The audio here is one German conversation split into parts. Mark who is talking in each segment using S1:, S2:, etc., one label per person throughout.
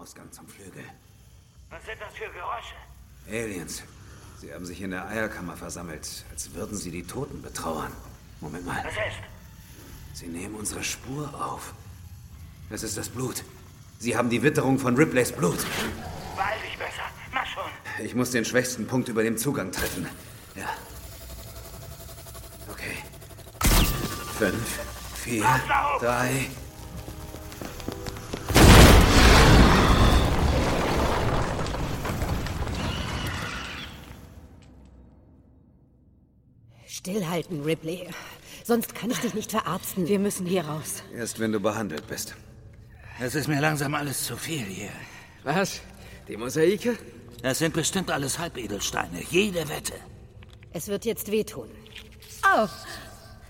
S1: Ausgang zum Flügel.
S2: Was sind das für Geräusche?
S1: Aliens. Sie haben sich in der Eierkammer versammelt, als würden sie die Toten betrauern. Moment mal.
S2: Was ist?
S1: Sie nehmen unsere Spur auf. Es ist das Blut. Sie haben die Witterung von Ripleys Blut.
S2: Beeil dich besser. Mach schon.
S1: Ich muss den schwächsten Punkt über dem Zugang treffen. Ja. Okay. Fünf, vier,
S2: Lauf!
S1: drei.
S3: Stillhalten, Ripley. Sonst kann ich dich nicht verarzten. Wir müssen hier raus.
S1: Erst wenn du behandelt bist.
S4: Es ist mir langsam alles zu viel hier.
S5: Was? Die Mosaike?
S4: Das sind bestimmt alles Halbedelsteine. Jede Wette.
S3: Es wird jetzt wehtun.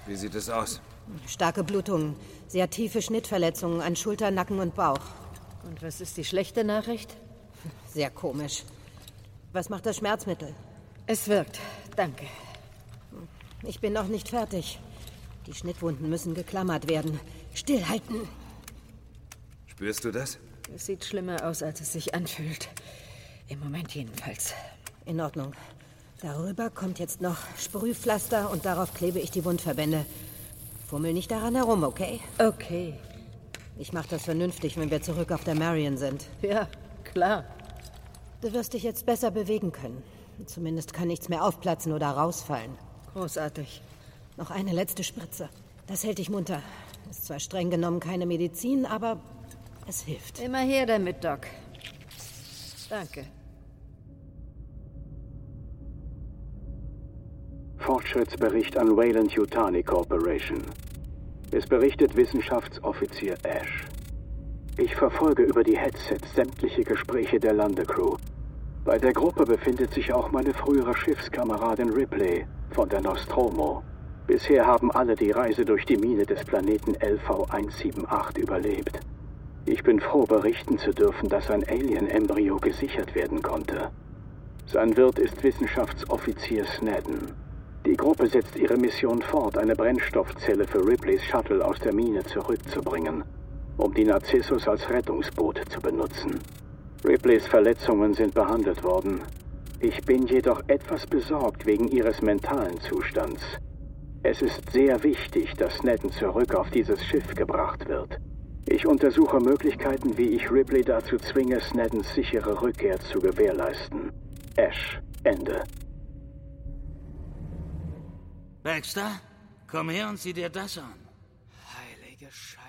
S1: Wie sieht es aus?
S3: Starke Blutungen, sehr tiefe Schnittverletzungen an Schulter, Nacken und Bauch.
S6: Und was ist die schlechte Nachricht?
S3: Sehr komisch. Was macht das Schmerzmittel?
S6: Es wirkt. Danke.
S3: Ich bin noch nicht fertig. Die Schnittwunden müssen geklammert werden. Stillhalten.
S1: Spürst du das?
S6: Es sieht schlimmer aus, als es sich anfühlt. Im Moment jedenfalls.
S3: In Ordnung. Darüber kommt jetzt noch Sprühpflaster und darauf klebe ich die Wundverbände. Fummel nicht daran herum, okay?
S6: Okay.
S3: Ich mache das vernünftig, wenn wir zurück auf der Marion sind.
S6: Ja, klar.
S3: Du wirst dich jetzt besser bewegen können. Zumindest kann nichts mehr aufplatzen oder rausfallen.
S6: Großartig.
S3: Noch eine letzte Spritze. Das hält dich munter. Ist zwar streng genommen keine Medizin, aber es hilft.
S6: Immer her damit, Doc. Danke.
S7: Fortschrittsbericht an Wayland Yutani Corporation. Es berichtet Wissenschaftsoffizier Ash. Ich verfolge über die Headsets sämtliche Gespräche der Landecrew. Bei der Gruppe befindet sich auch meine frühere Schiffskameradin Ripley von der Nostromo. Bisher haben alle die Reise durch die Mine des Planeten LV-178 überlebt. Ich bin froh, berichten zu dürfen, dass ein Alien-Embryo gesichert werden konnte. Sein Wirt ist Wissenschaftsoffizier Snedden. Die Gruppe setzt ihre Mission fort, eine Brennstoffzelle für Ripleys Shuttle aus der Mine zurückzubringen, um die Narcissus als Rettungsboot zu benutzen. Ripleys Verletzungen sind behandelt worden. Ich bin jedoch etwas besorgt wegen ihres mentalen Zustands. Es ist sehr wichtig, dass Snedden zurück auf dieses Schiff gebracht wird. Ich untersuche Möglichkeiten, wie ich Ripley dazu zwinge, Sneddens sichere Rückkehr zu gewährleisten. Ash, Ende.
S4: Baxter, komm her und sieh dir das an.
S5: Heilige Scheiße.